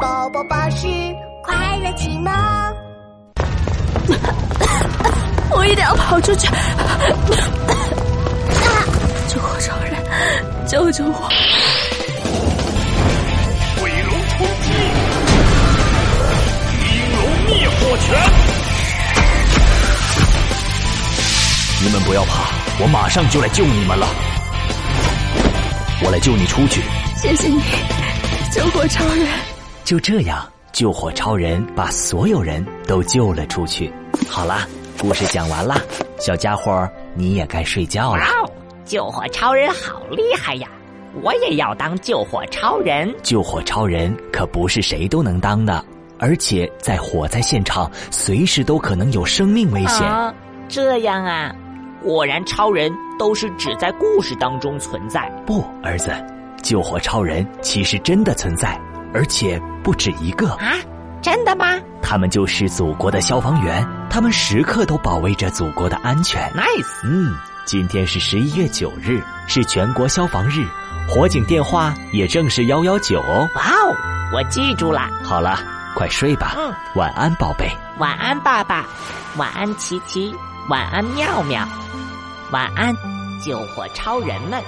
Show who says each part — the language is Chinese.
Speaker 1: 宝宝巴士快乐启蒙。
Speaker 2: 我一定要跑出去！救火超人，救救我！
Speaker 3: 鬼龙冲击，冰龙灭火拳。
Speaker 4: 你们不要怕，我马上就来救你们了。我来救你出去。
Speaker 2: 谢谢你，救火超人！
Speaker 4: 就这样，救火超人把所有人都救了出去。好啦，故事讲完啦，小家伙儿，你也该睡觉了
Speaker 5: 哇。哦，救火超人好厉害呀！我也要当救火超人。
Speaker 4: 救火超人可不是谁都能当的，而且在火灾现场，随时都可能有生命危险。
Speaker 5: 啊，这样啊，果然超人都是只在故事当中存在。
Speaker 4: 不，儿子，救火超人其实真的存在，而且不止一个。
Speaker 5: 啊，真的吗
Speaker 4: 他们就是祖国的消防员，他们时刻都保卫着祖国的安全。
Speaker 5: ？Nice，
Speaker 4: 嗯，今天是十一月九日，是全国消防日，火警电话也正是幺幺九哦。
Speaker 5: 哇哦，我记住了。
Speaker 4: 好了，快睡吧，
Speaker 5: 嗯
Speaker 4: 晚安，宝贝。
Speaker 5: 晚安，爸爸。晚安，琪琪。晚安，妙妙。晚安，救火超人们。